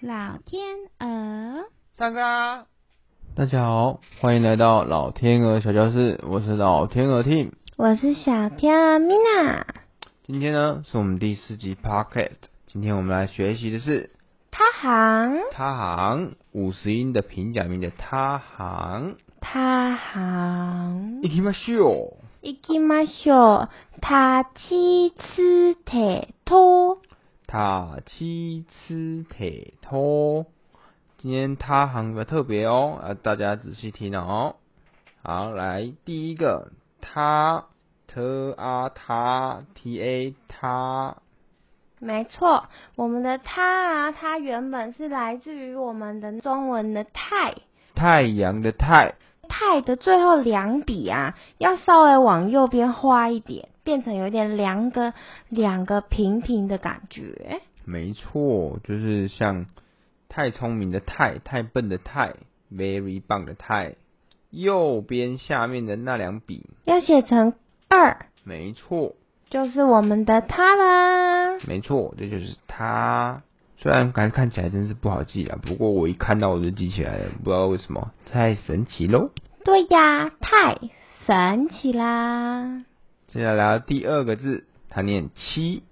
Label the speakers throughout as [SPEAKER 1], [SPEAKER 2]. [SPEAKER 1] 老天鹅，
[SPEAKER 2] 上课啦！
[SPEAKER 3] 大家好，欢迎来到老天鹅小教室，我是老天鹅 Team。
[SPEAKER 1] 我是小天鹅 Mina。
[SPEAKER 3] 今天呢是我们第四集 Podcast，今天我们来学习的是
[SPEAKER 1] 他行，
[SPEAKER 3] 他行五十音的平假名的他行。
[SPEAKER 1] 他行，
[SPEAKER 3] 行きましょう。
[SPEAKER 1] 行きましょう。他七吃铁托，
[SPEAKER 3] 塔七吃铁托。今天他行比较特别哦，啊，大家仔细听哦。好，来第一个，他 t a 他 t a 他，
[SPEAKER 1] 没错，我们的他啊，它原本是来自于我们的中文的太，
[SPEAKER 3] 太阳的太，
[SPEAKER 1] 太的最后两笔啊，要稍微往右边画一点，变成有点两个两个平平的感觉。
[SPEAKER 3] 没错，就是像太聪明的太，太笨的太，very 棒的太。右边下面的那两笔，
[SPEAKER 1] 要写成二，
[SPEAKER 3] 没错，
[SPEAKER 1] 就是我们的他啦。
[SPEAKER 3] 没错，这就是它。虽然感觉看起来真是不好记啊，不过我一看到我就记起来了，不知道为什么，太神奇喽。
[SPEAKER 1] 对呀，太神奇啦！
[SPEAKER 3] 接下来到第二个字，它念七，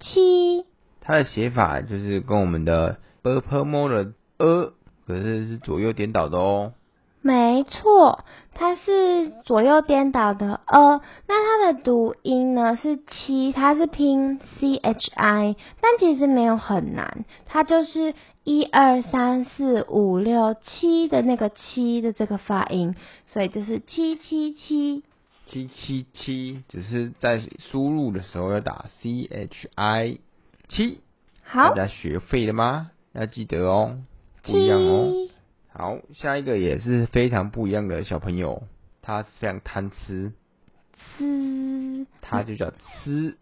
[SPEAKER 1] 七
[SPEAKER 3] 它的写法就是跟我们的 b p m 的呃，可是是左右颠倒的哦。
[SPEAKER 1] 没错，它是左右颠倒的呃。那它的读音呢是七，它是拼 c h i，但其实没有很难，它就是一二三四五六七的那个七的这个发音，所以就是七七七。
[SPEAKER 3] 七七七，只是在输入的时候要打 C H I 七。
[SPEAKER 1] 好
[SPEAKER 3] 大，家学会了吗？要记得哦，不一样哦。
[SPEAKER 1] 七
[SPEAKER 3] 好，下一个也是非常不一样的小朋友，他非常贪吃，
[SPEAKER 1] 四
[SPEAKER 3] 他就叫吃。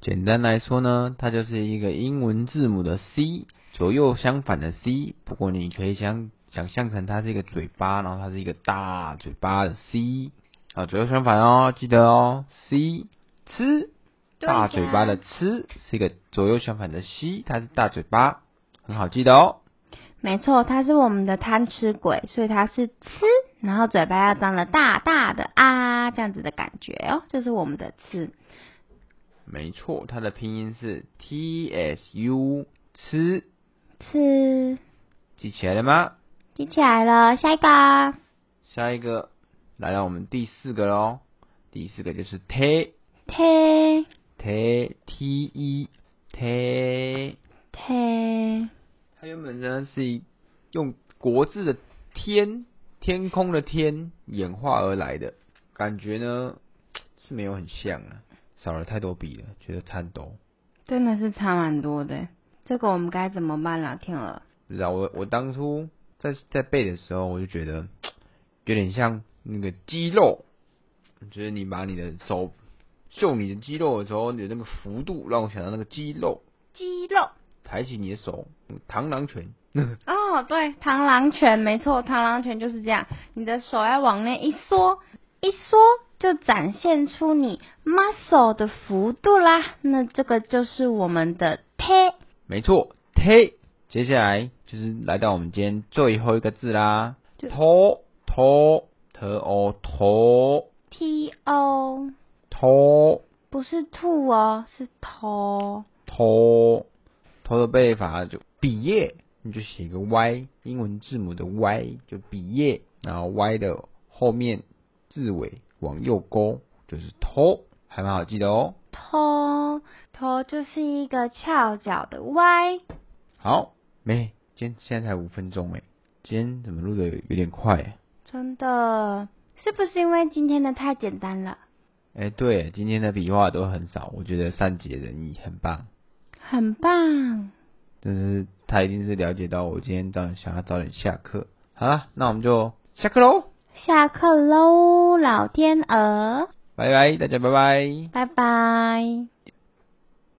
[SPEAKER 3] 简单来说呢，它就是一个英文字母的 C，左右相反的 C。不过你可以想想象成它是一个嘴巴，然后它是一个大嘴巴的 C。啊，左右相反哦，记得哦，C 吃。大嘴巴的
[SPEAKER 1] 对呀
[SPEAKER 3] 吃是一个左右相反的西，它是大嘴巴，很好记得哦。
[SPEAKER 1] 没错，它是我们的贪吃鬼，所以它是吃，然后嘴巴要张得大大的啊，这样子的感觉哦，就是我们的吃。
[SPEAKER 3] 没错，它的拼音是 T S U 吃，
[SPEAKER 1] 吃，
[SPEAKER 3] 记起来了吗？
[SPEAKER 1] 记起来了，下一个
[SPEAKER 3] 下一个来到我们第四个喽，第四个就是 T
[SPEAKER 1] 贴
[SPEAKER 3] T T E T，
[SPEAKER 1] 贴
[SPEAKER 3] 它原本呢是用国字的天天空的天演化而来的，感觉呢是没有很像啊，少了太多笔了，觉得颤抖。
[SPEAKER 1] 真的是差蛮多的，这个我们该怎么办，老天鹅？
[SPEAKER 3] 不知道我我当初在在背的时候，我就觉得有点像那个肌肉，就是你把你的手秀你的肌肉的时候，你的那个幅度让我想到那个肌肉，
[SPEAKER 1] 肌肉
[SPEAKER 3] 抬起你的手，嗯螳螂拳，
[SPEAKER 1] 哦，对，螳螂拳，没错，螳螂拳就是这样，你的手要往内一缩，一缩就展现出你 muscle 的幅度啦。那这个就是我们的贴
[SPEAKER 3] 没错，推。接下来就是来到我们今天最后一个字啦，
[SPEAKER 1] 就
[SPEAKER 3] 头头头哦头
[SPEAKER 1] t o，
[SPEAKER 3] 头
[SPEAKER 1] 不是兔哦，是头。
[SPEAKER 3] 头头的背法就比耶，你就写一个 y，英文字母的 y 就比耶，然后 y 的后面字尾往右勾就是头，还蛮好记得哦。
[SPEAKER 1] 头头就是一个翘脚的 y，
[SPEAKER 3] 好，没，今天现在才五分钟哎，今天怎么录的有点快欸？
[SPEAKER 1] 真的是不是因为今天的太简单了？
[SPEAKER 3] 哎，对，今天的笔画都很少，我觉得善解人意，很棒。
[SPEAKER 1] 很棒，
[SPEAKER 3] 但是他一定是了解到我今天早点想要早点下课。好啦，那我们就下课喽，
[SPEAKER 1] 下课喽，老天鹅，
[SPEAKER 3] 拜拜，大家拜拜。
[SPEAKER 1] 拜拜。